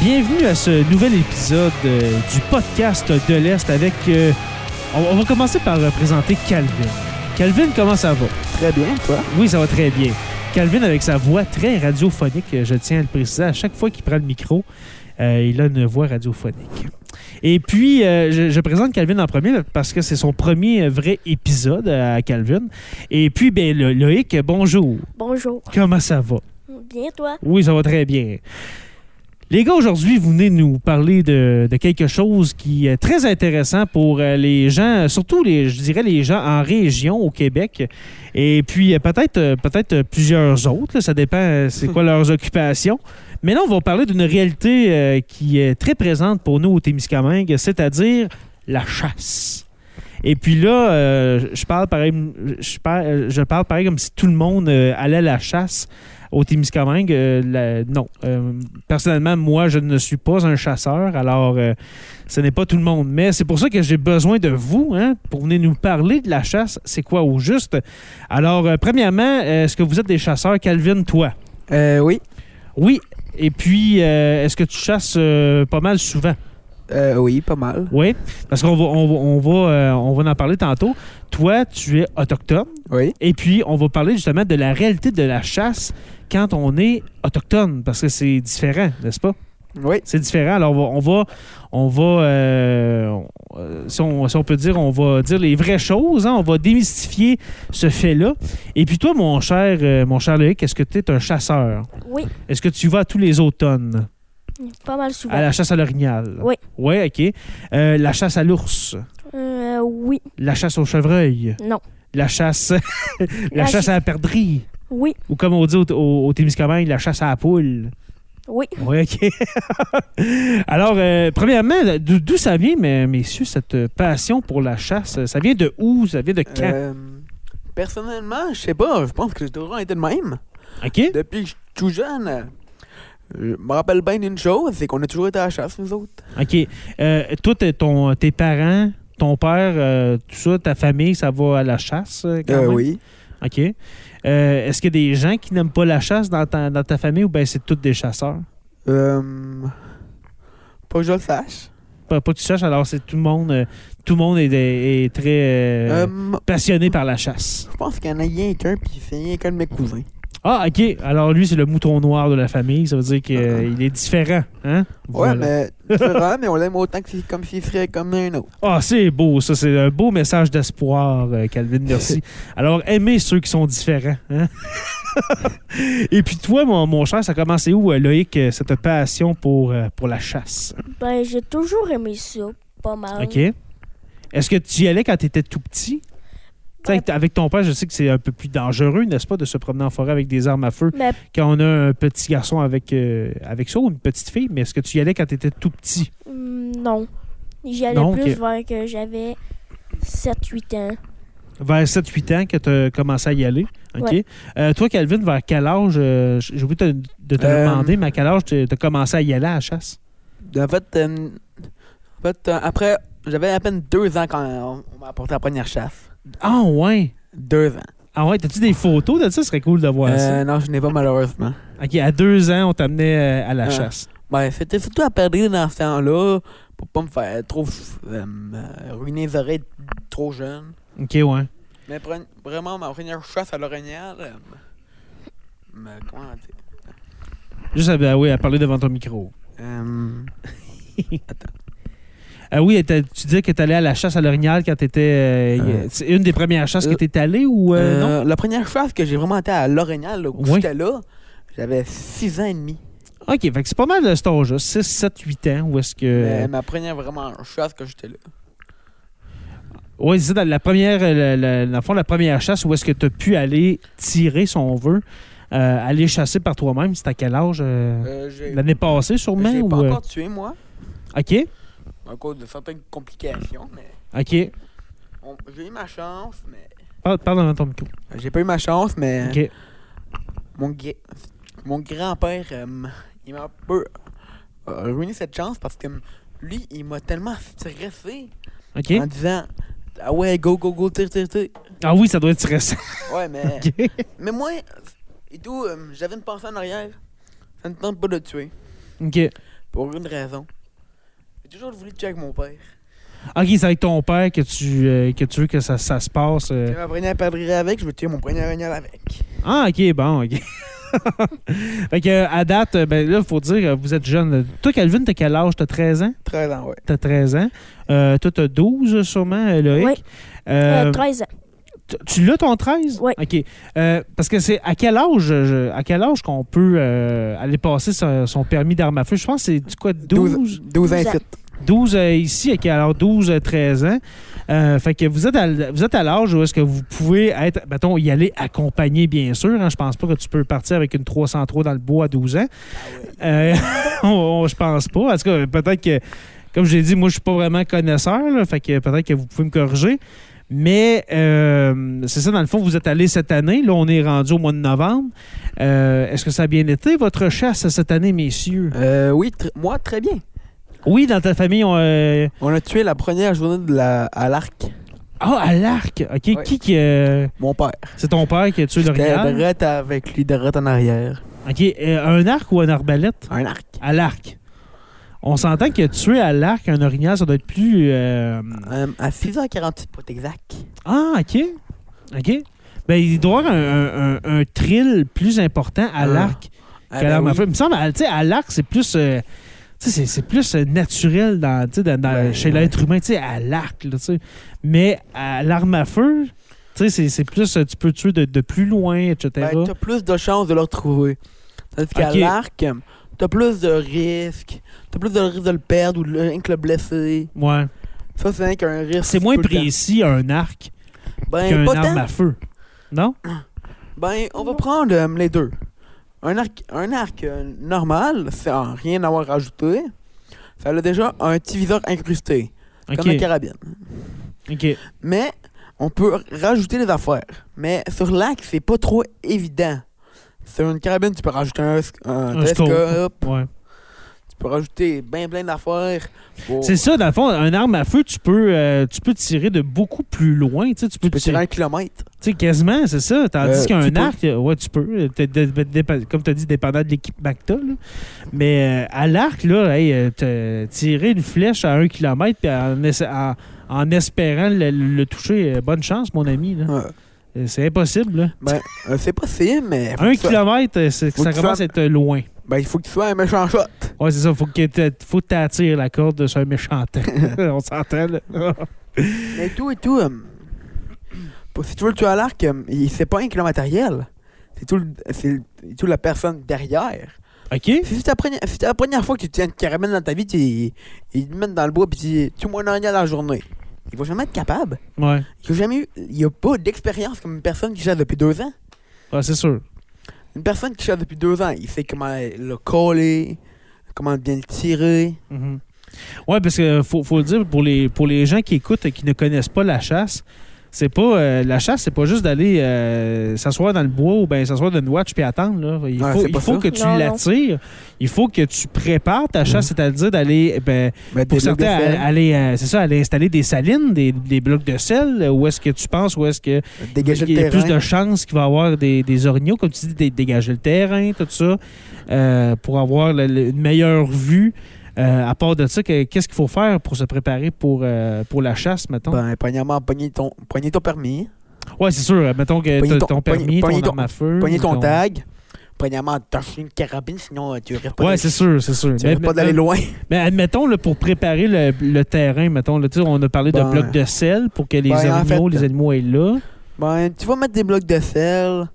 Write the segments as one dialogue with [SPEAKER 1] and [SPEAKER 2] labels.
[SPEAKER 1] Bienvenue à ce nouvel épisode euh, du podcast de l'Est avec... euh, on, on va commencer par euh, présenter Calvin. Calvin, comment ça va?
[SPEAKER 2] Très bien, toi.
[SPEAKER 1] Oui, ça va très bien. Calvin, avec sa voix très radiophonique, euh, je tiens à le préciser, à chaque fois qu'il prend le micro, euh, il a une voix radiophonique. Et puis, euh, je, je présente Calvin en premier parce que c'est son premier euh, vrai épisode euh, à Calvin. Et puis, ben, Lo- Loïc, bonjour.
[SPEAKER 3] Bonjour.
[SPEAKER 1] Comment ça va?
[SPEAKER 3] Bien, toi?
[SPEAKER 1] Oui, ça va très bien. Les gars, aujourd'hui, vous venez nous parler de, de quelque chose qui est très intéressant pour euh, les gens, surtout les, je dirais les gens en région au Québec, et puis euh, peut-être euh, peut-être euh, plusieurs autres. là, ça dépend euh, c'est quoi leurs occupations. Mais là, on va parler d'une réalité euh, qui est très présente pour nous au Témiscamingue, c'est-à-dire la chasse. Et puis là, euh, je parle pareil, je parle, je parle pareil comme si tout le monde euh, allait à la chasse au Témiscamingue. euh, la- non. Euh, personnellement, moi, je ne suis pas un chasseur, alors euh, ce n'est pas tout le monde. Mais c'est pour ça que j'ai besoin de vous hein, pour venir nous parler de la chasse. C'est quoi au juste? Alors, euh, premièrement, euh, est-ce que vous êtes des chasseurs, Calvin, toi?
[SPEAKER 2] Euh, oui.
[SPEAKER 1] Oui. Et puis, euh, est-ce que tu chasses euh, pas mal souvent?
[SPEAKER 2] Euh, oui, pas mal.
[SPEAKER 1] Oui, parce qu'on va, on va, on va, euh, on va en parler tantôt. Toi, tu es autochtone.
[SPEAKER 2] Oui.
[SPEAKER 1] Et puis, on va parler justement de la réalité de la chasse quand on est autochtone, parce que c'est différent, n'est-ce pas?
[SPEAKER 2] Oui.
[SPEAKER 1] C'est différent. Alors, on va, on va, on va, euh, on- euh, si, on, si on peut dire, on va dire les vraies choses, hein, on va démystifier ce fait-là. Et puis toi, mon cher, euh, mon cher Loïc, est-ce que tu es un chasseur?
[SPEAKER 3] Oui,
[SPEAKER 1] Est-ce que tu vas tous les automnes
[SPEAKER 3] pas mal souvent.
[SPEAKER 1] à la chasse à l'orignal?
[SPEAKER 3] Oui.
[SPEAKER 1] Oui, OK. Euh, la chasse à l'ours,
[SPEAKER 3] Euh, oui,
[SPEAKER 1] la chasse au chevreuil,
[SPEAKER 3] non.
[SPEAKER 1] la chasse, la
[SPEAKER 3] La
[SPEAKER 1] chasse
[SPEAKER 3] ch-
[SPEAKER 1] à la perdrix.
[SPEAKER 3] Oui,
[SPEAKER 1] Ou comme on dit au, au, au Témiscamingue, la chasse à la poule.
[SPEAKER 3] oui.
[SPEAKER 1] Oui, OK. Alors, euh, premièrement, d'o- d'où ça vient, mes- messieurs, cette euh, passion pour la chasse? Ça vient de où? Ça vient de quand?
[SPEAKER 2] Euh, personnellement, je sais pas, je pense que j'ai toujours été de même.
[SPEAKER 1] OK?
[SPEAKER 2] Depuis que je suis tout jeune, euh, je me rappelle bien d'une chose, c'est qu'on a toujours été à la chasse, nous autres.
[SPEAKER 1] OK. Euh, toi, t'es- ton, tes parents, ton père, euh, tout ça, ta famille, ça va à la chasse? euh, Quand même?
[SPEAKER 2] oui.
[SPEAKER 1] OK. Euh, Est-ce qu'il y a des gens qui n'aiment pas la chasse dans ta, dans ta famille ou bien c'est tous des chasseurs?
[SPEAKER 2] Euh, pas que je le sache.
[SPEAKER 1] Pas, pas que tu cherches, alors c'est tout le monde, euh, tout le monde est, est- est très euh,
[SPEAKER 2] Euh,
[SPEAKER 1] passionné par la chasse.
[SPEAKER 2] je pense qu'il y en a rien qu'un, puis c'est rien qu'un de mes cousins.
[SPEAKER 1] Ah, OK. Alors, lui, c'est le mouton noir de la famille. Ça veut dire qu'il
[SPEAKER 2] Ah.
[SPEAKER 1] est différent. Hein? Voilà.
[SPEAKER 2] Ouais, mais différent, mais on l'aime autant que c'est comme s'il serait comme un autre.
[SPEAKER 1] Ah, c'est beau, ça. C'est un beau message d'espoir, euh, Calvin. Merci. Alors, aimez ceux qui sont différents. hein? Et puis, toi, mon, mon cher, ça a commencé où, euh, Loïc, euh, cette passion pour, euh, pour la chasse?
[SPEAKER 3] Ben, j'ai toujours aimé ça, pas mal.
[SPEAKER 1] OK. Est-ce que tu y allais quand tu étais tout petit? Tu sais, avec- Avec ton père, je sais que c'est un peu plus dangereux, n'est-ce pas, de se promener en forêt avec des armes à feu
[SPEAKER 3] Mais
[SPEAKER 1] quand on a un petit garçon avec, euh, avec ça ou une petite fille, mais est-ce que tu y allais quand tu étais tout petit?
[SPEAKER 3] hum, non. J'y allais
[SPEAKER 1] Non,
[SPEAKER 3] plus
[SPEAKER 1] ok.
[SPEAKER 3] vers que j'avais 7-8 ans.
[SPEAKER 1] Vers 7-8 ans que tu as commencé à y aller. OK.
[SPEAKER 3] Ouais.
[SPEAKER 1] Euh, toi, Calvin, vers quel âge, euh, j- j'ai oublié te- de te
[SPEAKER 2] Euh,
[SPEAKER 1] le demander, mais à quel âge tu as commencé à y aller à la chasse?
[SPEAKER 2] En fait, euh, en fait, euh, après, j'avais à peine deux ans quand on, on m'a apporté la première chasse.
[SPEAKER 1] Ah ouais!
[SPEAKER 2] Deux ans.
[SPEAKER 1] Ah ouais, t'as-tu des photos de ça? Ce serait cool de voir ça.
[SPEAKER 2] Euh, non, je n'ai pas malheureusement.
[SPEAKER 1] OK, à deux ans, on t'amenait euh, à la
[SPEAKER 2] Ah.
[SPEAKER 1] chasse.
[SPEAKER 2] Ouais, c'était surtout à perdre dans ce temps-là pour pas me faire trop euh, me ruiner les oreilles trop jeune.
[SPEAKER 1] OK, ouais.
[SPEAKER 2] Mais pre- vraiment, ma première chasse à l'orignal, euh, me- comment dire?
[SPEAKER 1] Juste à, ah oui, à parler devant ton micro.
[SPEAKER 2] Euh,
[SPEAKER 1] Ah oui, t'as- tu disais que t'allais à la chasse à l'orignal quand t'étais... euh,
[SPEAKER 2] Euh,
[SPEAKER 1] y- c'est une des premières chasses que
[SPEAKER 2] euh,
[SPEAKER 1] t'es allé ou... euh, non?
[SPEAKER 2] euh, la première chasse que j'ai vraiment été à l'orignal, là, où
[SPEAKER 1] Oui.
[SPEAKER 2] j'étais là, j'avais six ans et demi.
[SPEAKER 1] OK, fait que c'est pas mal de cet âge-là, 6, 7, 8 ans, où est-ce que...
[SPEAKER 2] Mais ma première vraiment chasse que j'étais là.
[SPEAKER 1] Oui, c'est ça, la première, euh, la, la- dans le fond, la première chasse où est-ce que tu as pu aller tirer, si on veut, euh, aller chasser par toi-même, c'est à quel âge? euh,
[SPEAKER 2] Euh, j'ai-
[SPEAKER 1] L'année passée, sûrement?
[SPEAKER 2] J'ai
[SPEAKER 1] Ou,
[SPEAKER 2] pas
[SPEAKER 1] euh,
[SPEAKER 2] encore tué, moi,
[SPEAKER 1] OK,
[SPEAKER 2] à cause de certaines complications, mais
[SPEAKER 1] OK.
[SPEAKER 2] on- j'ai eu ma chance, mais...
[SPEAKER 1] Parle, parle devant ton micro.
[SPEAKER 2] J'ai pas eu ma chance, mais
[SPEAKER 1] OK.
[SPEAKER 2] mon, gui- mon grand-père, euh, il m'a un peu euh, ruiné cette chance parce que euh, lui, il m'a tellement stressé
[SPEAKER 1] OK.
[SPEAKER 2] en disant... Ah ouais, go, go, go, tire, tire, tire.
[SPEAKER 1] Ah oui, ça doit être stressant.
[SPEAKER 2] Ouais, mais...
[SPEAKER 1] OK.
[SPEAKER 2] mais moi, et tout, euh, j'avais une pensée en arrière. Ça ne tente pas de le tuer.
[SPEAKER 1] OK.
[SPEAKER 2] pour une raison. J'ai toujours voulu tuer avec mon père.
[SPEAKER 1] Euh. Ok, c'est avec ton père que tu, euh, que tu veux que ça, ça se passe. euh.
[SPEAKER 2] J'ai ma première perdrix avec, je veux tuer mon premier araignée avec.
[SPEAKER 1] Ah, ok, bon, ok. fait que, euh, à date, euh, ben là, faut dire, euh, vous êtes jeune. Toi, Calvin, t'as quel âge? T'as 13 ans?
[SPEAKER 2] 13 ans, ouais.
[SPEAKER 1] T'as 13 ans. Euh, toi, t'as 12 sûrement, euh, Loïc.
[SPEAKER 3] Oui.
[SPEAKER 1] Euh,
[SPEAKER 3] Euh, 13 ans.
[SPEAKER 1] tu- tu l'as ton 13?
[SPEAKER 3] Oui.
[SPEAKER 1] OK. Euh, parce que c'est à quel âge je- à quel âge qu'on peut euh, aller passer son, son permis d'arme à feu? Je pense que c'est du quoi 12?
[SPEAKER 2] 12 ans
[SPEAKER 3] Douze ans.
[SPEAKER 2] ici.
[SPEAKER 1] 12 euh, ici, OK, alors 12, euh, 13 ans. Euh, fait que vous êtes à, l- vous êtes à l'âge où est-ce que vous pouvez être, mettons, y aller accompagné, bien sûr. hein. je pense pas que tu peux partir avec une 303 dans le bois à 12 ans. Euh, on- on- je pense pas. En tout cas, peut-être que, comme je l'ai dit, moi, je suis pas vraiment connaisseur. là. fait que peut-être que vous pouvez me corriger. Mais euh, c'est ça, dans le fond, vous êtes allé cette année. Là, on est rendu au mois de novembre. Euh, est-ce que ça a bien été, votre chasse cette année, messieurs?
[SPEAKER 2] Euh, oui, tr- moi, très bien.
[SPEAKER 1] Oui, dans ta famille, on... euh,
[SPEAKER 2] On a tué la première journée de la, à l'arc.
[SPEAKER 1] Ah, à l'arc. OK.
[SPEAKER 2] Ouais.
[SPEAKER 1] Qui qui. euh,
[SPEAKER 2] Mon père.
[SPEAKER 1] c'est ton père qui a tué
[SPEAKER 2] J'étais
[SPEAKER 1] l'orignal?
[SPEAKER 2] droite avec lui, droite en arrière.
[SPEAKER 1] OK. euh, un arc ou un arbalète?
[SPEAKER 2] Un arc.
[SPEAKER 1] À l'arc. On s'entend que tuer à l'arc un orignal, ça doit être plus. euh,
[SPEAKER 2] Euh, à 6h48 pour être exact.
[SPEAKER 1] Ah, OK. OK. Ben, il doit y avoir un, un- un- un thrill plus important à
[SPEAKER 2] Ah,
[SPEAKER 1] l'arc
[SPEAKER 2] Ah,
[SPEAKER 1] qu'à
[SPEAKER 2] ben
[SPEAKER 1] l'arme à
[SPEAKER 2] oui.
[SPEAKER 1] feu. Il me semble, à- tu sais, à l'arc, c'est plus. euh, tu sais, c'est c'est plus euh, naturel dans, tu sais, dans- dans-
[SPEAKER 2] Ben,
[SPEAKER 1] chez l'être humain, tu sais, à l'arc. là, tu sais. Mais à l'arme à feu, tu sais, c'est- c'est plus, euh, tu peux tuer de, de plus loin, etc.
[SPEAKER 2] Ben, t'as plus de chances de le retrouver. Tandis qu'à
[SPEAKER 1] Ok.
[SPEAKER 2] l'arc, t'as plus de risques. T'as plus de risques de le perdre ou de le, rien que le blesser.
[SPEAKER 1] Ouais.
[SPEAKER 2] Ça, c'est rien qu'un risque.
[SPEAKER 1] C'est moins
[SPEAKER 2] tout le temps.
[SPEAKER 1] précis un arc
[SPEAKER 2] Ben,
[SPEAKER 1] qu'un
[SPEAKER 2] pas
[SPEAKER 1] arme
[SPEAKER 2] tant.
[SPEAKER 1] à feu. Non?
[SPEAKER 2] Ben, on va
[SPEAKER 3] Non.
[SPEAKER 2] prendre euh, les deux. Un arc, un arc euh, normal, sans rien avoir rajouté, ça a déjà un petit viseur incrusté,
[SPEAKER 1] Ok.
[SPEAKER 2] comme une carabine.
[SPEAKER 1] ok.
[SPEAKER 2] Mais on peut rajouter des affaires. Mais sur l'arc, c'est pas trop évident. Sur une carabine, tu peux rajouter un, sc- un
[SPEAKER 1] Un scope.
[SPEAKER 2] télescope,
[SPEAKER 1] Ouais.
[SPEAKER 2] tu peux rajouter bien plein d'affaires. pour-
[SPEAKER 1] C'est ça, dans le fond, un arme à feu, tu peux, euh, tu peux tirer de beaucoup plus loin. Tu sais, tu peux
[SPEAKER 2] Tu peux tirer
[SPEAKER 1] tirer
[SPEAKER 2] un kilomètre.
[SPEAKER 1] tu sais, quasiment, c'est ça. Tandis
[SPEAKER 2] Euh, tu
[SPEAKER 1] qu'un
[SPEAKER 2] peux.
[SPEAKER 1] arc, euh, ouais, tu peux. euh, t'es- dé- dé- dépa- Comme tu as dit, dépendant de l'équipement que t'as, là. Mais euh, à l'arc, là, hey, euh, t'as- tirer une flèche à un kilomètre puis en, essa- en- en espérant le, le toucher, euh, bonne chance, mon ami. là.
[SPEAKER 2] Euh,
[SPEAKER 1] Euh, C'est impossible. là.
[SPEAKER 2] ben, euh, c'est possible, mais. faut
[SPEAKER 1] Un
[SPEAKER 2] que tu sois-
[SPEAKER 1] kilomètre, euh, c'est-
[SPEAKER 2] Faut
[SPEAKER 1] ça
[SPEAKER 2] que tu
[SPEAKER 1] commence à
[SPEAKER 2] fasses-
[SPEAKER 1] être loin.
[SPEAKER 2] Ben, il faut que tu sois un méchant shot.
[SPEAKER 1] Ouais, c'est ça. Faut que t'a- faut que t'attires la corde de ce méchant temps. On s'entend, là.
[SPEAKER 2] Mais tout et tout. euh, pour- si tu veux le tuer à l'arc, euh, il- c'est pas un kilo matériel. C'est tout, le- c'est le- tout la personne derrière.
[SPEAKER 1] OK?
[SPEAKER 2] Si c'est ta, première- si c'est la première fois que tu tiens une carabine dans ta vie, tu, ils te mettent dans le bois puis tu dis Tue-moi un orignal dans la journée. Ils vont jamais être capables.
[SPEAKER 1] Ouais.
[SPEAKER 2] Ils ont jamais eu. Il n'y a pas d'expérience comme une personne qui chasse depuis deux ans.
[SPEAKER 1] Ouais, c'est sûr.
[SPEAKER 2] Une personne qui chasse depuis deux ans, il sait comment le coller, comment bien le tirer.
[SPEAKER 1] Mhm. Ouais, parce que euh, faut, faut le dire pour les pour les gens qui écoutent et qui ne connaissent pas la chasse, c'est pas euh, la chasse, c'est pas juste d'aller euh, s'asseoir dans le bois ou bien s'asseoir dans une watch puis attendre là. Il
[SPEAKER 2] Ouais,
[SPEAKER 1] faut,
[SPEAKER 2] c'est
[SPEAKER 1] il
[SPEAKER 2] pas
[SPEAKER 1] faut
[SPEAKER 2] ça.
[SPEAKER 1] que tu
[SPEAKER 3] Non, non.
[SPEAKER 1] l'attires, il faut que tu prépares ta chasse, c'est-à-dire d'aller eh ben,
[SPEAKER 2] Ben,
[SPEAKER 1] pour
[SPEAKER 2] des
[SPEAKER 1] certains
[SPEAKER 2] blocs de sel,
[SPEAKER 1] à- aller euh, c'est ça, aller installer des salines, des, des blocs de sel euh, où est-ce que tu penses où est-ce que
[SPEAKER 2] dégager
[SPEAKER 1] il y
[SPEAKER 2] le
[SPEAKER 1] a plus
[SPEAKER 2] terrain.
[SPEAKER 1] de chances qu'il va y avoir des, des orignaux, comme tu dis, dé- dégager le terrain, tout ça, euh, pour avoir le- le- une meilleure vue. Euh, à part de ça, que- qu'est-ce qu'il faut faire pour se préparer pour, euh, pour la chasse, mettons?
[SPEAKER 2] Ben, premièrement, pogner ton, pogner ton permis.
[SPEAKER 1] ouais, c'est sûr. euh, Mettons que t'as
[SPEAKER 2] Pognez ton-
[SPEAKER 1] ton permis,
[SPEAKER 2] pognez-
[SPEAKER 1] ton,
[SPEAKER 2] pognez ton-
[SPEAKER 1] arme à feu.
[SPEAKER 2] Pogner ton
[SPEAKER 1] ton-
[SPEAKER 2] tag. Premièrement, t'achètes une carabine, sinon euh, tu risques pas
[SPEAKER 1] Ouais,
[SPEAKER 2] d'aller-
[SPEAKER 1] c'est sûr, c'est sûr.
[SPEAKER 2] tu risques pas d'aller loin.
[SPEAKER 1] mais admettons, là, pour préparer le, le terrain, mettons, là, tu sais, on a parlé de
[SPEAKER 2] Ben.
[SPEAKER 1] blocs de sel pour que les
[SPEAKER 2] Ben, en
[SPEAKER 1] orignaux,
[SPEAKER 2] fait-
[SPEAKER 1] les animaux aient là.
[SPEAKER 2] Ben, tu vas mettre des blocs de sel.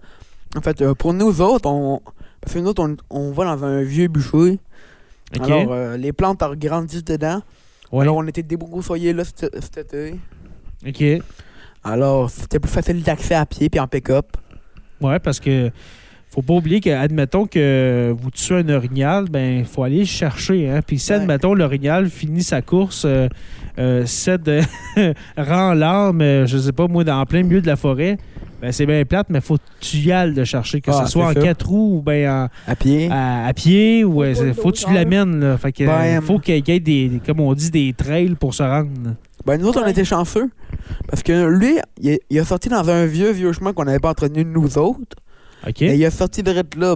[SPEAKER 2] En fait, euh, pour nous autres, on. Parce que nous autres, on, on va dans un vieux bûcher.
[SPEAKER 1] OK?
[SPEAKER 2] Alors, euh, les plantes elles grandissent dedans.
[SPEAKER 1] Ouais.
[SPEAKER 2] Alors, on était débroussoyés là cet cet été.
[SPEAKER 1] OK.
[SPEAKER 2] Alors, c'était plus facile d'accès à pied puis en pick-up.
[SPEAKER 1] Ouais, parce que faut pas oublier que, admettons que vous tuez un orignal, ben faut aller le chercher. Hein? Puis si,
[SPEAKER 2] Ouais.
[SPEAKER 1] admettons, l'orignal finit sa course, euh, euh, cède, euh, rend l'arme, euh, je sais pas moi, dans en plein milieu de la forêt, ben c'est bien plate, mais faut que tu y ailles le chercher, que
[SPEAKER 2] Ah,
[SPEAKER 1] ce soit en
[SPEAKER 2] c'est ça.
[SPEAKER 1] quatre roues ou ben
[SPEAKER 2] À pied.
[SPEAKER 1] en- à, à pied, ou euh, c'est- faut que tu
[SPEAKER 3] bulldozer.
[SPEAKER 1] l'amènes. là. Fait que, euh,
[SPEAKER 2] Ben,
[SPEAKER 1] faut qu'il y ait des, des- comme on dit, des trails pour se rendre.
[SPEAKER 2] Ben, nous autres, on
[SPEAKER 3] Ouais.
[SPEAKER 2] était chanceux. Parce que lui, il est, il est sorti dans un vieux, vieux chemin qu'on n'avait pas entretenu nous autres.
[SPEAKER 1] OK?
[SPEAKER 2] Et il est sorti de là.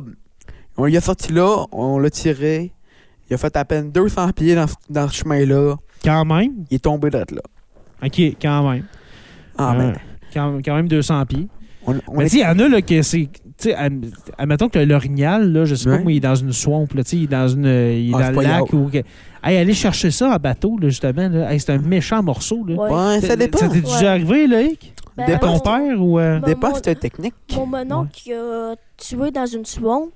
[SPEAKER 2] On l'a sorti là, on l'a tiré. Il a fait à peine 200 pieds dans, dans ce chemin-là.
[SPEAKER 1] Quand même.
[SPEAKER 2] Il est tombé de là.
[SPEAKER 1] OK, quand même.
[SPEAKER 2] Ah,
[SPEAKER 1] Euh,
[SPEAKER 2] ben,
[SPEAKER 1] Quand, quand même 200 pieds.
[SPEAKER 2] on, on
[SPEAKER 1] Mais
[SPEAKER 2] est-
[SPEAKER 1] tu sais, il y en a là, que c'est. tu sais, am- admettons que l'orignal, là, je sais pas,
[SPEAKER 2] Ouais.
[SPEAKER 1] moi, il est dans une swamp, là, tu sais, il est dans une. Il est
[SPEAKER 2] Ah, c'est
[SPEAKER 1] dans
[SPEAKER 2] pas
[SPEAKER 1] le lac
[SPEAKER 2] grave.
[SPEAKER 1] ou. que- Hey, allez chercher ça en bateau, là, justement. Là. Hey, c'est un méchant morceau, là.
[SPEAKER 3] Ouais.
[SPEAKER 2] Ouais, ça dépend.
[SPEAKER 1] Ça t'est
[SPEAKER 3] Ouais.
[SPEAKER 1] déjà arrivé, Loïc?
[SPEAKER 3] Ben,
[SPEAKER 1] De ton
[SPEAKER 3] mon-
[SPEAKER 1] père ou. euh,
[SPEAKER 2] Ça dépend
[SPEAKER 3] Mon-
[SPEAKER 2] si c'est une technique.
[SPEAKER 3] Mon monon qui a tué dans une swamp,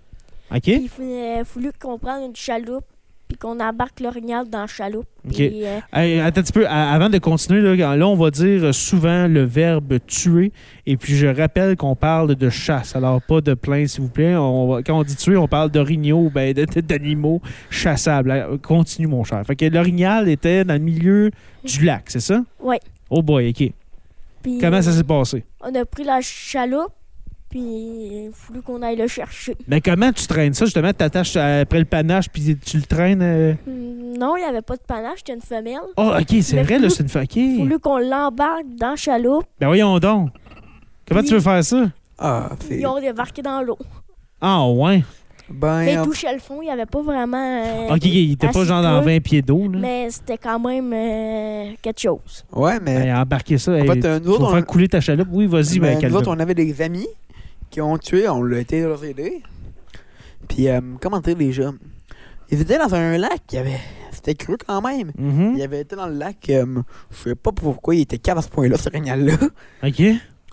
[SPEAKER 1] OK?
[SPEAKER 3] il a voulu qu'on prenne une chaloupe, puis qu'on embarque l'orignal dans la chaloupe.
[SPEAKER 1] OK.
[SPEAKER 3] puis, euh,
[SPEAKER 1] Hey, attends un petit peu, a- avant de continuer, là, là, on va dire euh, souvent le verbe tuer. Et puis, je rappelle qu'on parle de chasse. Alors, pas de plainte, s'il vous plaît. On va- quand on dit tuer, on parle d'orignaux, ben, de- de- d'animaux chassables. Alors, continue, mon cher. Fait que l'orignal était dans le milieu du lac, c'est ça?
[SPEAKER 3] Ouais.
[SPEAKER 1] Oh boy, OK.
[SPEAKER 3] puis,
[SPEAKER 1] Comment ça s'est passé?
[SPEAKER 3] On a pris la chaloupe, puis il a voulu qu'on aille le chercher.
[SPEAKER 1] Mais Ben, comment tu traînes ça? Justement, t'attaches euh, après le panache, puis tu le traînes... euh?
[SPEAKER 3] Hum, Non, il n'y avait pas de panache, c'était une femelle.
[SPEAKER 1] Ah, OK, c'est
[SPEAKER 3] Mais
[SPEAKER 1] vrai, là,
[SPEAKER 3] vous-
[SPEAKER 1] c'est une
[SPEAKER 3] Il a
[SPEAKER 1] faquille.
[SPEAKER 3] voulu qu'on l'embarque dans la chaloupe,
[SPEAKER 1] Ben voyons donc. Comment
[SPEAKER 3] Oui.
[SPEAKER 1] tu veux faire ça?
[SPEAKER 2] Ah, c'est.
[SPEAKER 3] puis on débarqué dans l'eau.
[SPEAKER 1] Ah, ouais.
[SPEAKER 3] Mais
[SPEAKER 2] Ben, en-
[SPEAKER 3] touché le fond, il n'y avait pas vraiment. euh,
[SPEAKER 1] OK, il était pas
[SPEAKER 3] assez
[SPEAKER 1] genre dans
[SPEAKER 3] peu.
[SPEAKER 1] 20 pieds d'eau, là.
[SPEAKER 3] Mais c'était quand même euh, quelque chose.
[SPEAKER 2] ouais, mais.
[SPEAKER 1] Hey, embarquer ça.
[SPEAKER 2] En
[SPEAKER 1] hey,
[SPEAKER 2] fait, euh, nous autres,
[SPEAKER 1] faut faire
[SPEAKER 2] on,
[SPEAKER 1] couler ta chaloupe. Oui, vas-y,
[SPEAKER 2] ben,
[SPEAKER 1] ben,
[SPEAKER 2] nous
[SPEAKER 1] calme
[SPEAKER 2] autres, on avait des amis qui ont tué, on l'a été leur aider. Puis, euh, comment dire, les gens Ils étaient dans un lac, il y avait... c'était creux quand même.
[SPEAKER 1] Mhm.
[SPEAKER 2] Il avait été dans le lac, euh, je sais pas pourquoi il était cave à ce point-là, ce régnal-là.
[SPEAKER 1] OK.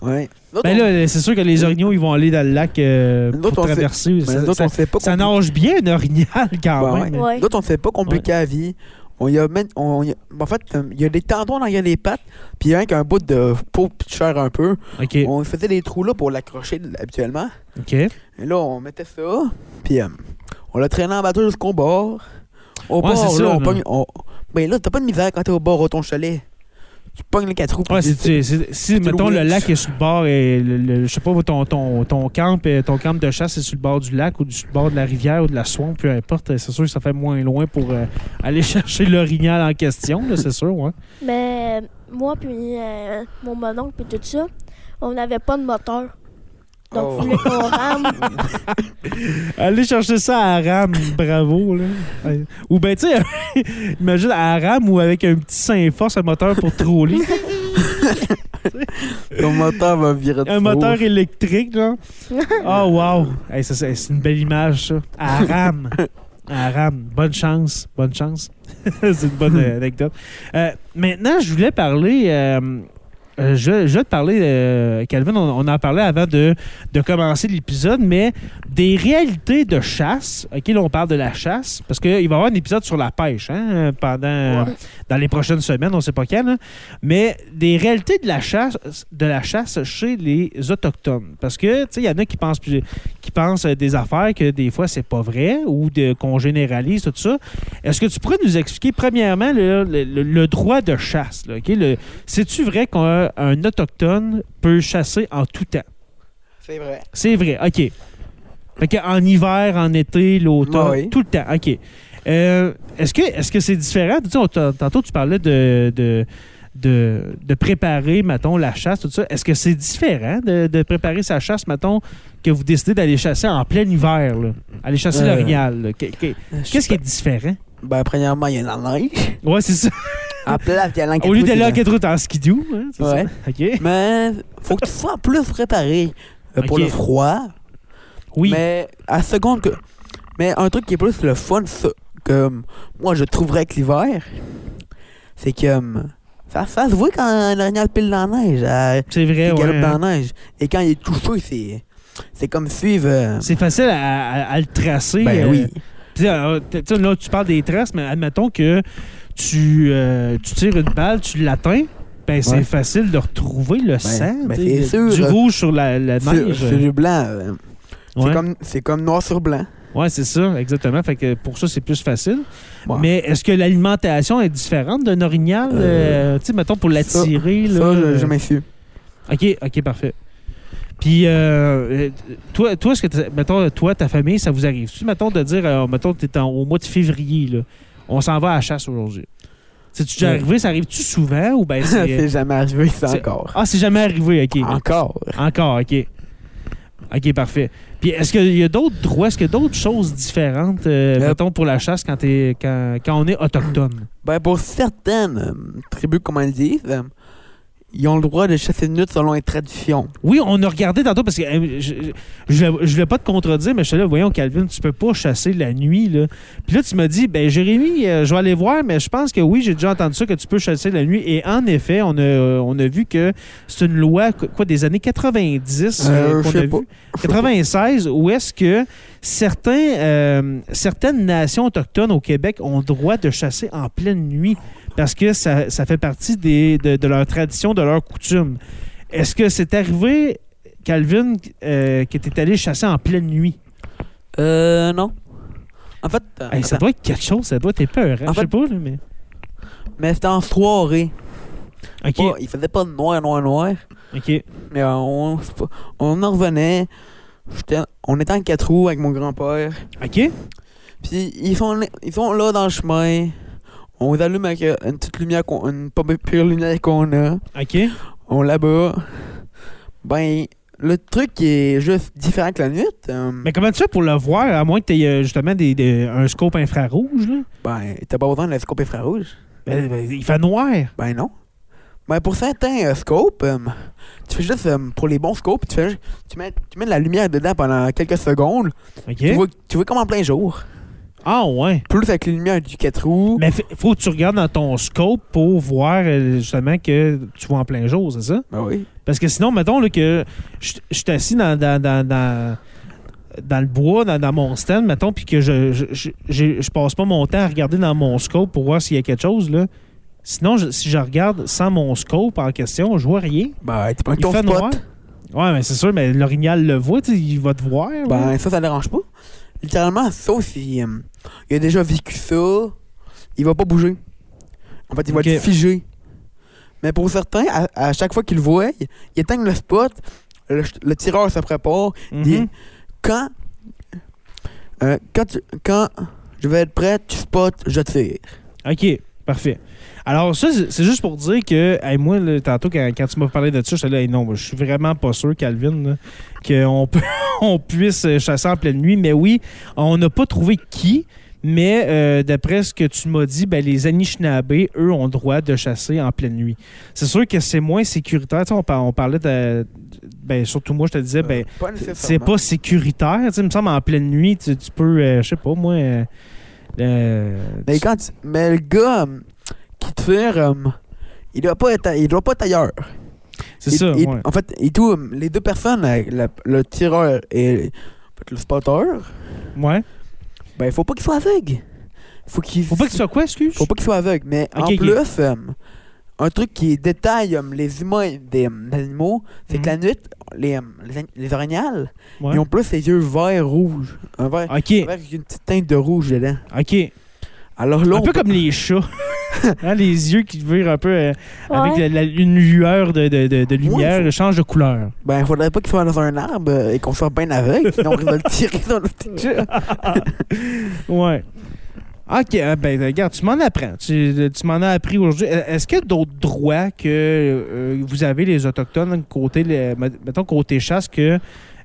[SPEAKER 2] Ouais. Nous autres,
[SPEAKER 1] Ben là, c'est sûr que les orignaux, ils vont aller dans le lac euh,
[SPEAKER 2] Nous
[SPEAKER 1] pour
[SPEAKER 2] autres, on
[SPEAKER 1] traverser.
[SPEAKER 2] on, ben,
[SPEAKER 1] ça,
[SPEAKER 2] nous autres,
[SPEAKER 1] ça-
[SPEAKER 2] on s'est pas
[SPEAKER 1] ça
[SPEAKER 2] compli-
[SPEAKER 1] nage bien, une orignal, quand
[SPEAKER 2] Ben
[SPEAKER 1] même.
[SPEAKER 3] Ouais.
[SPEAKER 2] Nous autres, on s'est pas compliqué la vie. On y a même- on y a- en fait, euh, il y a des tendons dans les pattes, puis il y a un qui a un bout de peau pis de chair un peu.
[SPEAKER 1] OK.
[SPEAKER 2] On faisait des trous là pour l'accrocher l- habituellement.
[SPEAKER 1] OK.
[SPEAKER 2] Et là, on mettait ça, puis euh, on l'a traîné en bateau jusqu'au bord. Au
[SPEAKER 1] Ouais,
[SPEAKER 2] bord, là,
[SPEAKER 1] c'est ça,
[SPEAKER 2] on
[SPEAKER 1] là.
[SPEAKER 2] pogne. on- Ben là, t'as pas de misère quand t'es au bord de ton chalet. Tu pognes les quatre roues.
[SPEAKER 1] Ouais,
[SPEAKER 2] puis
[SPEAKER 1] si, tu- si- si, mettons, le
[SPEAKER 2] l'eau.
[SPEAKER 1] lac est sur le bord, et le- le- je sais pas, ton, ton, ton, camp, euh, ton camp de chasse est sur le bord du lac ou du sur le bord de la rivière ou de la swamp, peu importe, c'est sûr que ça fait moins loin pour euh, aller chercher l'orignal en question, là, c'est sûr. Ouais.
[SPEAKER 3] Mais moi, puis euh, mon mononcle, puis tout ça, on n'avait pas de moteur. Donc,
[SPEAKER 2] Oh.
[SPEAKER 3] il fallait qu'on rame.
[SPEAKER 1] Allez chercher ça à Aram, bravo. Là. Ouais. Ou ben tu sais, imagine à Aram ou avec un petit Saint-Force, un moteur pour troller.
[SPEAKER 2] Ton moteur va virer de
[SPEAKER 1] un
[SPEAKER 2] fou.
[SPEAKER 1] moteur électrique, genre. Oh wow! Hey, ça, c'est c'est une belle image, ça. À Aram. À Aram. Bonne chance. Bonne chance. c'est une bonne euh, anecdote. Euh, maintenant, je voulais parler. euh, euh, je, je vais te parler, euh, Calvin, on, on en parlait avant de, de commencer l'épisode, mais des réalités de chasse. OK, là, on parle de la chasse, parce qu'il va y avoir un épisode sur la pêche hein, pendant,
[SPEAKER 3] Ouais.
[SPEAKER 1] dans les prochaines semaines, on ne sait pas quand. là. Mais des réalités de la chasse, de la chasse chez les autochtones, parce que tu sais, il y en a qui pensent plus- qui pensent euh, des affaires que des fois c'est pas vrai ou de- qu'on généralise tout ça. Est-ce que tu pourrais nous expliquer premièrement le, le- le- le droit de chasse là, ok? Le- C'est-tu vrai qu'un un autochtone peut chasser en tout temps
[SPEAKER 2] C'est vrai.
[SPEAKER 1] C'est vrai, ok. Fait que en hiver, en été, l'automne,
[SPEAKER 2] Ouais.
[SPEAKER 1] tout le temps, ok. Euh, est-ce que est-ce que c'est différent Tu sais, on t'a- Tantôt tu parlais de, de de, de préparer, mettons, la chasse, tout ça. Est-ce que c'est différent de, de préparer sa chasse, mettons, que vous décidez d'aller chasser en plein hiver, là? Aller chasser
[SPEAKER 2] Euh.
[SPEAKER 1] l'orignal, là? Qu'est- qu'est- Qu'est-ce qui est différent?
[SPEAKER 2] Ben, premièrement, il y a la neige.
[SPEAKER 1] Ouais, c'est ça.
[SPEAKER 2] En place, il y a l'enquête.
[SPEAKER 1] Au lieu d'aller en quatre routes en skidoo, hein, c'est
[SPEAKER 2] Ouais.
[SPEAKER 1] ça? OK.
[SPEAKER 2] Mais faut que tu sois plus préparé euh, pour
[SPEAKER 1] Ok.
[SPEAKER 2] le froid.
[SPEAKER 1] Oui.
[SPEAKER 2] Mais à seconde que. Mais un truc qui est plus le fun ça, que euh, moi je trouverais que l'hiver, c'est que euh, ça, ça se voit quand l'orignal pile dans la neige. Elle,
[SPEAKER 1] C'est vrai,
[SPEAKER 2] elle
[SPEAKER 1] ouais,
[SPEAKER 2] galope
[SPEAKER 1] hein.
[SPEAKER 2] dans la neige. Et quand il est touché, c'est. C'est comme suivre. euh,
[SPEAKER 1] C'est facile à, à- à le tracer.
[SPEAKER 2] ben
[SPEAKER 1] euh,
[SPEAKER 2] oui.
[SPEAKER 1] Puis, euh, t- t'sais, là, tu parles des traces, mais admettons que tu, euh, tu tires une balle, tu l'atteins, ben c'est
[SPEAKER 2] Ouais.
[SPEAKER 1] facile de retrouver le sang
[SPEAKER 2] ben,
[SPEAKER 1] t'sais,
[SPEAKER 2] c'est
[SPEAKER 1] de-
[SPEAKER 2] sûr,
[SPEAKER 1] du
[SPEAKER 2] euh,
[SPEAKER 1] rouge sur la, la
[SPEAKER 2] C'est
[SPEAKER 1] neige.
[SPEAKER 2] c'est du blanc. euh,
[SPEAKER 1] ouais.
[SPEAKER 2] C'est comme, c'est comme noir sur blanc.
[SPEAKER 1] Ouais, c'est ça, exactement. Fait que pour ça, c'est plus facile.
[SPEAKER 2] Ouais.
[SPEAKER 1] Mais est-ce que l'alimentation est différente d'un orignal?
[SPEAKER 2] Euh,
[SPEAKER 1] euh, tu sais, mettons, pour
[SPEAKER 2] ça-
[SPEAKER 1] l'attirer. là,
[SPEAKER 2] Ça, je,
[SPEAKER 1] euh,
[SPEAKER 2] je m'infuse.
[SPEAKER 1] OK, OK, parfait. Puis, euh, euh, toi, toi, ce que t'as- mettons, toi, ta famille, ça vous arrive? Tu mettons, de dire, euh, mettons, t'es en- au mois de février, là, on s'en va à la chasse aujourd'hui. C'est-tu déjà
[SPEAKER 2] Ouais.
[SPEAKER 1] arrivé? Ça arrive-tu souvent? Ou ben c'est...
[SPEAKER 2] c'est jamais arrivé, ça
[SPEAKER 1] c'est-
[SPEAKER 2] encore.
[SPEAKER 1] ah, c'est jamais arrivé, OK.
[SPEAKER 2] Encore.
[SPEAKER 1] Encore, OK. OK, parfait. Puis est-ce qu'il y a d'autres droits, est-ce qu'il y a d'autres choses différentes, euh,
[SPEAKER 2] Yep.
[SPEAKER 1] mettons, pour la chasse quand, t'es- quand, quand on est autochtone?
[SPEAKER 2] Ben, pour certaines euh, tribus, comme elles disent, euh, ils ont le droit de chasser de nuit selon les traditions.
[SPEAKER 1] Oui, on a regardé tantôt parce que euh, je je voulais- je voulais pas te contredire, mais je suis là, voyons, Calvin, tu peux pas chasser la nuit. Là. Puis là, tu m'as dit, ben Jérémy, euh, je vais aller voir, mais je pense que oui, j'ai déjà entendu ça, que tu peux chasser la nuit. Et en effet, on a, on a vu que c'est une loi qu- quoi, des années 90
[SPEAKER 2] Euh,
[SPEAKER 1] euh, qu'on
[SPEAKER 2] je
[SPEAKER 1] a
[SPEAKER 2] sais
[SPEAKER 1] vu.
[SPEAKER 2] pas.
[SPEAKER 1] 96, où est-ce que certains, euh, certaines nations autochtones au Québec ont le droit de chasser en pleine nuit parce que ça, ça fait partie des, de, de leur tradition, de leur coutume. Est-ce que c'est arrivé, Calvin, euh, que tu es allé chasser en pleine nuit?
[SPEAKER 2] Euh, non. En fait, euh,
[SPEAKER 1] Hey, ça
[SPEAKER 2] attends.
[SPEAKER 1] doit être quelque chose, ça doit être peur. hein?
[SPEAKER 2] En
[SPEAKER 1] Je sais
[SPEAKER 2] fait-
[SPEAKER 1] pas, là, mais.
[SPEAKER 2] mais c'était en soirée.
[SPEAKER 1] OK,
[SPEAKER 2] Pas- il faisait pas de noir, noir, noir.
[SPEAKER 1] OK.
[SPEAKER 2] Mais euh, on, on en revenait. J'étais- on était en quatre roues avec mon grand-père.
[SPEAKER 1] OK?
[SPEAKER 2] Puis ils sont, ils sont là dans le chemin. On les allume avec euh, une petite lumière, qu'on- une pas pure lumière qu'on a.
[SPEAKER 1] OK.
[SPEAKER 2] On là-bas. Ben, le truc qui est juste différent que la nuit. euh,
[SPEAKER 1] Mais comment tu fais pour le voir, à moins que tu aies euh, justement des, des- un scope infrarouge? Là?
[SPEAKER 2] Ben, t'as pas besoin de la scope infrarouge.
[SPEAKER 1] Ben, ben, il fait noir.
[SPEAKER 2] Ben non. Ben pour certains euh, scopes, euh, tu fais juste euh, pour les bons scopes, tu, fais, ju- tu, mets, tu mets de la lumière dedans pendant quelques secondes.
[SPEAKER 1] OK?
[SPEAKER 2] Tu, vois, tu vois comme en plein jour.
[SPEAKER 1] Ah, ouais.
[SPEAKER 2] Plus avec la lumière du 4 roues.
[SPEAKER 1] Mais fa- faut que tu regardes dans ton scope pour voir euh, justement que tu vois en plein jour, c'est ça?
[SPEAKER 2] Ben oui.
[SPEAKER 1] Parce que sinon, mettons là, que je je suis assis dans, dans, dans, dans, dans le bois, dans, dans mon stand, mettons, puis que je, je, je, je- je passe pas mon temps à regarder dans mon scope pour voir s'il y a quelque chose. Là. Sinon, je- si je regarde sans mon scope en question, je vois rien.
[SPEAKER 2] Ben, tu prends
[SPEAKER 1] Il
[SPEAKER 2] ton
[SPEAKER 1] fait
[SPEAKER 2] spot.
[SPEAKER 1] noir. Ouais, mais c'est sûr, mais l'orignal le voit, tu sais, il va te voir. là.
[SPEAKER 2] Ben ça, ça dérange pas. Littéralement, sauf si euh, il a déjà vécu ça, il va pas bouger. En fait, il
[SPEAKER 1] Ok.
[SPEAKER 2] va être figé. Mais pour certains, à, à chaque fois qu'ils le voient, ils éteignent le spot, le, ch- le tireur se prépare,
[SPEAKER 1] Mhm.
[SPEAKER 2] Dis- quand euh, quand tu- quand je vais être prêt, tu spots, je tire.
[SPEAKER 1] OK, parfait. Alors, ça, c'est c'est juste pour dire que, hey, moi, là, tantôt, quand, quand tu m'as parlé de ça, j'étais là, Hey, non, moi, je suis vraiment pas sûr, Calvin, là, qu'on peut- on puisse euh, chasser en pleine nuit. Mais oui, on n'a pas trouvé qui, mais euh, d'après ce que tu m'as dit, ben, les Anishinaabe, eux, ont le droit de chasser en pleine nuit. C'est sûr que c'est moins sécuritaire. Tu sais, on, par- on parlait de. Ben, surtout moi, je te disais,
[SPEAKER 2] Euh,
[SPEAKER 1] ben, c'est pas sécuritaire. Tu sais, il me semble, en pleine nuit, tu, tu peux, euh, je sais pas, moi. euh, euh,
[SPEAKER 2] Mais
[SPEAKER 1] tu-
[SPEAKER 2] quand tu- mais le gars euh, qui tire, euh, il doit pas être il doit pas être ailleurs.
[SPEAKER 1] c'est
[SPEAKER 2] Il-
[SPEAKER 1] ça,
[SPEAKER 2] il-
[SPEAKER 1] ouais.
[SPEAKER 2] En fait, et tout, euh, les deux personnes, euh, la- le tireur et en fait, le spotter,
[SPEAKER 1] Ouais.
[SPEAKER 2] ben il faut pas qu'il soit aveugle. Faut qu'il
[SPEAKER 1] Faut pas que tu sois quoi, excuse?
[SPEAKER 2] faut pas qu'il soit aveugle. Mais
[SPEAKER 1] Ok,
[SPEAKER 2] en
[SPEAKER 1] ok.
[SPEAKER 2] plus, euh, un truc qui détaille euh, les humains des euh, des animaux, c'est
[SPEAKER 1] Mhm.
[SPEAKER 2] que la nuit, les, euh, les, an- les orignales,
[SPEAKER 1] Ouais. Ah,
[SPEAKER 2] Ils ont plus les yeux verts rouges. Un vert
[SPEAKER 1] OK,
[SPEAKER 2] un vert avec une petite teinte de rouge dedans.
[SPEAKER 1] OK.
[SPEAKER 2] Alors là,
[SPEAKER 1] Un
[SPEAKER 2] on
[SPEAKER 1] peu
[SPEAKER 2] peut-
[SPEAKER 1] comme les chats. Hein, les yeux qui virent un peu euh, avec
[SPEAKER 3] Ouais.
[SPEAKER 1] la- la- une lueur de, de- de- de lumière, change de couleur.
[SPEAKER 2] Ben, faudrait pas qu'ils soient dans un arbre euh, et qu'on soit bien aveugle, sinon on risque de le tirer dans le petit chat.
[SPEAKER 1] Ouais. OK, euh, ben regarde, tu m'en apprends. Tu, euh, tu m'en as appris aujourd'hui. Euh, Est-ce qu'il y a d'autres droits que euh, vous avez, les Autochtones, côté, les- euh, mettons, côté chasse, que,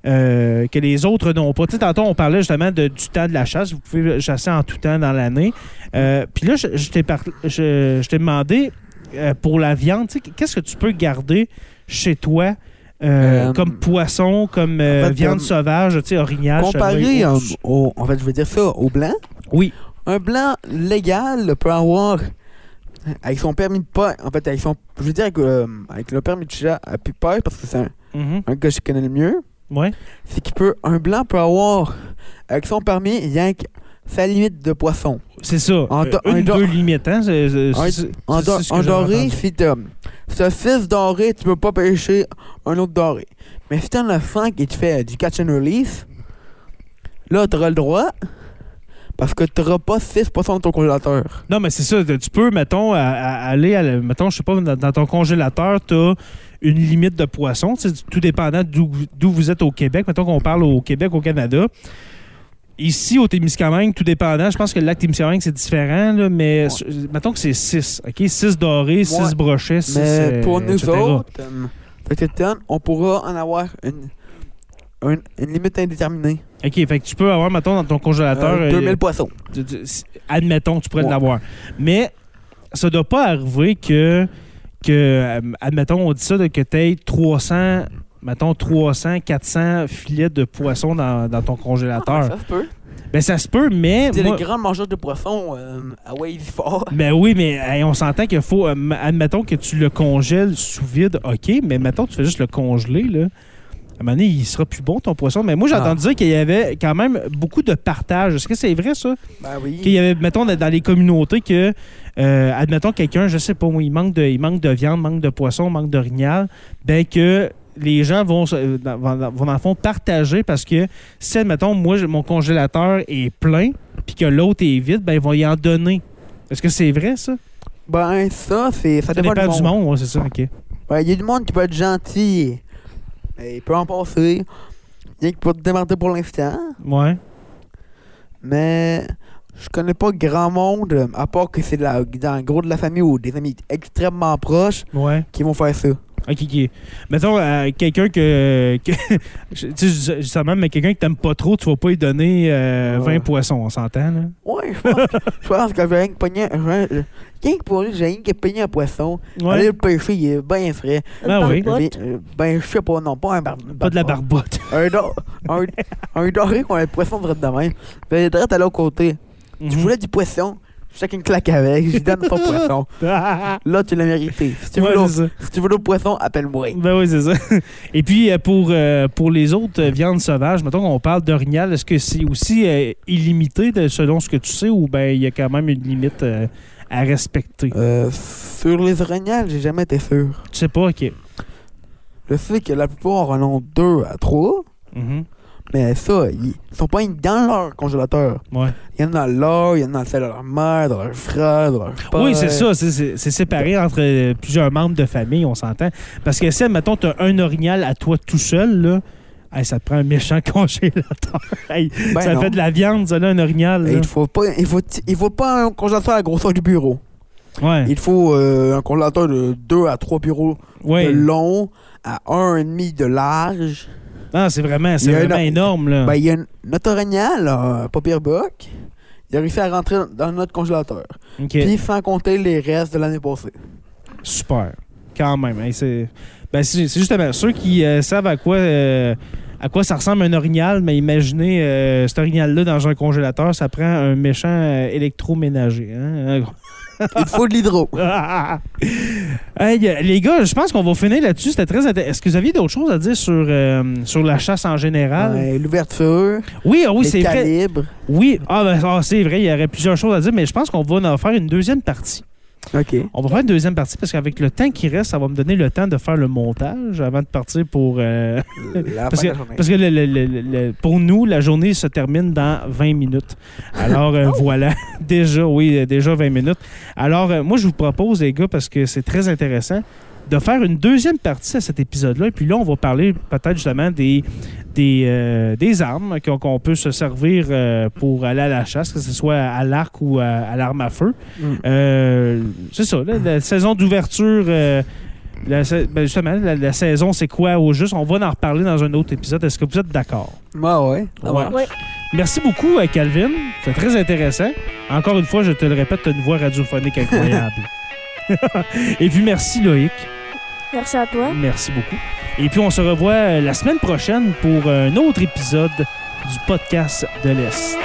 [SPEAKER 1] euh, que les autres n'ont pas? Tu sais, tantôt, on parlait justement de- du temps de la chasse. Vous pouvez chasser en tout temps dans l'année. Euh, Puis là, je, je t'ai par- je- je t'ai demandé, euh, pour la viande, tu sais, qu'est-ce que tu peux garder chez toi euh,
[SPEAKER 2] Euh,
[SPEAKER 1] comme poisson, comme euh,
[SPEAKER 2] en fait,
[SPEAKER 1] viande
[SPEAKER 2] euh,
[SPEAKER 1] sauvage, tu sais, orignal,
[SPEAKER 2] Comparé
[SPEAKER 1] chevreuil,
[SPEAKER 2] euh,
[SPEAKER 1] ours.
[SPEAKER 2] au, en fait, je veux dire ça, au blanc,
[SPEAKER 1] Oui.
[SPEAKER 2] un blanc légal peut avoir, euh, avec son permis de peur, en fait, avec son, je veux dire, avec, euh, avec le permis de chat à plus peur, parce que c'est un,
[SPEAKER 1] Mhm.
[SPEAKER 2] un gars que je connais le mieux,
[SPEAKER 1] Ouais.
[SPEAKER 2] c'est qu'il peut, un blanc peut avoir, avec son permis, rien que sa limite de poisson.
[SPEAKER 1] C'est ça.
[SPEAKER 2] En
[SPEAKER 1] Euh,
[SPEAKER 2] do-
[SPEAKER 1] une,
[SPEAKER 2] un do-
[SPEAKER 1] deux limites, hein? C'est- c'est-
[SPEAKER 2] Un-
[SPEAKER 1] c'est-
[SPEAKER 2] En,
[SPEAKER 1] c'est
[SPEAKER 2] do-
[SPEAKER 1] ce que
[SPEAKER 2] en
[SPEAKER 1] j'avais
[SPEAKER 2] doré, euh,
[SPEAKER 1] entendu.
[SPEAKER 2] si t'as si t'as 6 dorés, tu peux pas pêcher un autre doré. Mais si t'en as 5 et tu fais euh, du catch and release, là, t'auras le droit parce que t'auras pas 6 poissons dans ton congélateur.
[SPEAKER 1] Non, mais c'est ça. Tu peux, mettons, à- à- aller, à la- mettons, je sais pas, dans, dans ton congélateur, tu as une limite de poisson. tu sais, Tout dépendant d'où d'où vous êtes au Québec. Mettons qu'on parle au Québec, au Canada. Ici, au Témiscamingue, tout dépendant, je pense que le lac Témiscamingue, c'est différent, là, mais
[SPEAKER 2] Ouais.
[SPEAKER 1] su- mettons que c'est 6, OK? 6 dorés, 6
[SPEAKER 2] Ouais.
[SPEAKER 1] brochets, 6,
[SPEAKER 2] Mais pour nous euh,
[SPEAKER 1] etc.
[SPEAKER 2] autres, euh, fait que t'en- on pourra en avoir une, un- une limite indéterminée.
[SPEAKER 1] OK, fait que tu peux avoir, mettons, dans ton congélateur...
[SPEAKER 2] Euh,
[SPEAKER 1] euh,
[SPEAKER 2] 2000 poissons.
[SPEAKER 1] tu- tu- s- admettons, tu pourrais
[SPEAKER 2] Ouais.
[SPEAKER 1] l'avoir. Mais ça doit pas arriver que, que euh, admettons, on dit ça, de que tu aies 300, mettons, 300, 400 filets de poisson dans, dans ton congélateur.
[SPEAKER 2] Ah, Ça se peut.
[SPEAKER 1] Ben, ça se peut, mais...
[SPEAKER 2] C'est
[SPEAKER 1] moi-
[SPEAKER 2] les grands mangeurs de poissons euh, à wave fort.
[SPEAKER 1] Ben oui, mais hey, on s'entend qu'il faut. euh, m- admettons que tu le congèles sous vide, OK, mais mettons que tu fais juste le congeler, là. À un moment donné, il sera plus bon ton poisson. Mais moi, j'ai
[SPEAKER 2] Ah.
[SPEAKER 1] entendu dire qu'il y avait quand même beaucoup de partage. Est-ce que c'est vrai, ça?
[SPEAKER 2] Ben
[SPEAKER 1] Qu'il
[SPEAKER 2] oui.
[SPEAKER 1] y avait, mettons, dans- dans les communautés que, euh, admettons, quelqu'un, je sais pas, moi, il manque, de, il manque de viande, manque de poisson, manque de rignal, ben que les gens vont, se- euh, dans- vont, dans- vont, dans le fond, partager parce que si, admettons, moi, j'ai- mon congélateur est plein, puis que l'autre est vide, ben ils vont y en donner. Est-ce que c'est vrai, ça?
[SPEAKER 2] Ben ça, c'est ça,
[SPEAKER 1] Ça
[SPEAKER 2] dépend,
[SPEAKER 1] dépend du monde, ouais, c'est ça, OK.
[SPEAKER 2] Ben, il y a du monde qui peut être gentil. Et il peut en passer. Il y en a qui peuvent te démarrer pour l'instant.
[SPEAKER 1] Ouais.
[SPEAKER 2] Mais je connais pas grand monde, euh, à part que c'est de la- dans le gros de la famille ou des amis extrêmement proches
[SPEAKER 1] Ouais.
[SPEAKER 2] qui vont faire ça.
[SPEAKER 1] OK, OK. Mettons, euh, quelqu'un que... que- je- tu sais, je dis- je dis ça même, mais quelqu'un que t'aimes pas trop, tu vas pas lui donner euh,
[SPEAKER 2] Ouais.
[SPEAKER 1] 20 poissons, on s'entend, là?
[SPEAKER 2] Ouais, je pense que, je pense que j'ai rien que pogné un- j'ai- j'ai- Rien que pour lui, j'ai rien que pogné un poisson. Allez le pêcher, il est bien frais.
[SPEAKER 1] Ah oui.
[SPEAKER 2] Ben,
[SPEAKER 3] Barbotte.
[SPEAKER 2] euh, ben, je sais pas, non, pas un bar-
[SPEAKER 1] Pas de la barbotte.
[SPEAKER 2] Un, do- un, un doré qu'on a le poisson direct de même. Ben, direct à l'autre côté.
[SPEAKER 1] Mhm.
[SPEAKER 2] Tu voulais du poisson, chacun claque avec, je lui donne ton poisson.
[SPEAKER 1] ben
[SPEAKER 2] Là, tu l'as mérité. Si tu veux
[SPEAKER 1] Ouais,
[SPEAKER 2] l'autre-
[SPEAKER 1] c'est ça. Ben
[SPEAKER 2] si tu veux l'autre poisson, appelle-moi.
[SPEAKER 1] oui, c'est ça. Et puis, euh, pour, euh, pour les autres euh, viandes sauvages, mettons qu'on parle d'orignal, est-ce que c'est aussi euh, illimité de- selon ce que tu sais ou ben il y a quand même une limite euh, à respecter?
[SPEAKER 2] Euh, sur les orignales, j'ai jamais été sûr.
[SPEAKER 1] Tu sais pas, OK.
[SPEAKER 2] Je sais que la plupart en ont deux à trois,
[SPEAKER 1] Mhm.
[SPEAKER 2] mais ça, ils sont pas dans leur congélateur.
[SPEAKER 1] Ouais.
[SPEAKER 2] Il y en a dans leur, il y en a dans celle de leur mère, de leur frère, de leur père.
[SPEAKER 1] Oui, c'est ça. c'est- C'est c'est séparé entre euh, plusieurs membres de famille, on s'entend. Parce que si, mettons, tu as un orignal à toi tout seul, là, hey, ça te prend un méchant congélateur. Hey,
[SPEAKER 2] Ben
[SPEAKER 1] ça
[SPEAKER 2] non.
[SPEAKER 1] fait de la viande, ça, là, un orignal.
[SPEAKER 2] Et
[SPEAKER 1] là.
[SPEAKER 2] Il faut pas, il faut, il faut pas un congélateur à la grosseur du bureau.
[SPEAKER 1] Ouais.
[SPEAKER 2] Il faut euh, un congélateur de 2 à 3 bureaux
[SPEAKER 1] ouais.
[SPEAKER 2] de long à 1,5 de large.
[SPEAKER 1] Non, Ah, c'est vraiment, c'est
[SPEAKER 2] Il y a
[SPEAKER 1] vraiment
[SPEAKER 2] un-
[SPEAKER 1] énorme, là.
[SPEAKER 2] Ben, il y a une- notre orignal, euh, pas pire boc, il a réussi à rentrer dans notre congélateur.
[SPEAKER 1] OK.
[SPEAKER 2] Puis sans compter les restes de l'année passée.
[SPEAKER 1] Super. Quand même. Hey, c'est ben, c'est- c'est justement ceux qui euh, savent à quoi, euh, à quoi ça ressemble un orignal, mais imaginez euh, cet orignal-là dans un congélateur, ça prend un méchant euh, électroménager. hein?
[SPEAKER 2] Il faut de l'hydro.
[SPEAKER 1] Hey, euh, les gars, je pense qu'on va finir là-dessus. C'était très intéressant. Est-ce que vous aviez d'autres choses à dire sur, euh, sur la chasse en général?
[SPEAKER 2] Ouais, L'ouverture,
[SPEAKER 1] Oui, ah oui,
[SPEAKER 2] les
[SPEAKER 1] c'est vrai.
[SPEAKER 2] calibres.
[SPEAKER 1] Oui, ah, ben, ah, c'est vrai, il y aurait plusieurs choses à dire, mais je pense qu'on va en faire une deuxième partie.
[SPEAKER 2] OK.
[SPEAKER 1] On va faire une deuxième partie parce qu'avec le temps qui reste, ça va me donner le temps de faire le montage avant de partir pour. euh,
[SPEAKER 2] La
[SPEAKER 1] parce que,
[SPEAKER 2] fin de la journée.
[SPEAKER 1] parce que le- le- le- le- le- pour nous, la journée se termine dans 20 minutes. Alors euh, voilà, déjà, oui, euh, déjà 20 minutes. Alors euh, moi, je vous propose, les gars, parce que c'est très intéressant, de faire une deuxième partie à cet épisode-là. Et puis là, on va parler peut-être justement des, des, euh, des armes qu'on qu'on peut se servir euh, pour aller à la chasse, que ce soit à l'arc ou à- à l'arme à feu.
[SPEAKER 2] Mm.
[SPEAKER 1] Euh, c'est ça, là, la saison d'ouverture. euh, la sa- ben, justement, la, la saison, c'est quoi au juste? On va en reparler dans un autre épisode. Est-ce que vous êtes d'accord?
[SPEAKER 2] Ouais, Ah ouais. Ça
[SPEAKER 1] Ouais.
[SPEAKER 2] marche.
[SPEAKER 3] Ouais.
[SPEAKER 1] Merci beaucoup, euh, Calvin. C'est très intéressant. Encore une fois, je te le répète, tu as une voix radiophonique incroyable. Et puis, merci, Loïc.
[SPEAKER 3] Merci à toi.
[SPEAKER 1] Merci beaucoup. Et puis, on se revoit euh, la semaine prochaine pour un autre épisode du podcast de l'Est.